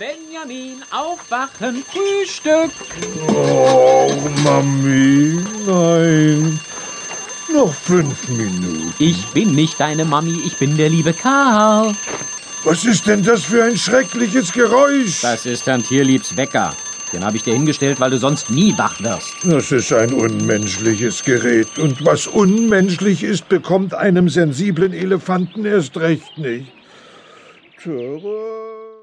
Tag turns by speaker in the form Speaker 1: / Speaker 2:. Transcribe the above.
Speaker 1: Benjamin, aufwachen, Frühstück.
Speaker 2: Oh, Mami, nein. Noch fünf Minuten.
Speaker 1: Ich bin nicht deine Mami, ich bin der liebe Karl.
Speaker 2: Was ist denn das für ein schreckliches Geräusch?
Speaker 1: Das ist dann Tierliebs Wecker. Den habe ich dir hingestellt, weil du sonst nie wach wirst.
Speaker 2: Das ist ein unmenschliches Gerät. Und was unmenschlich ist, bekommt einem sensiblen Elefanten erst recht nicht. Tschö.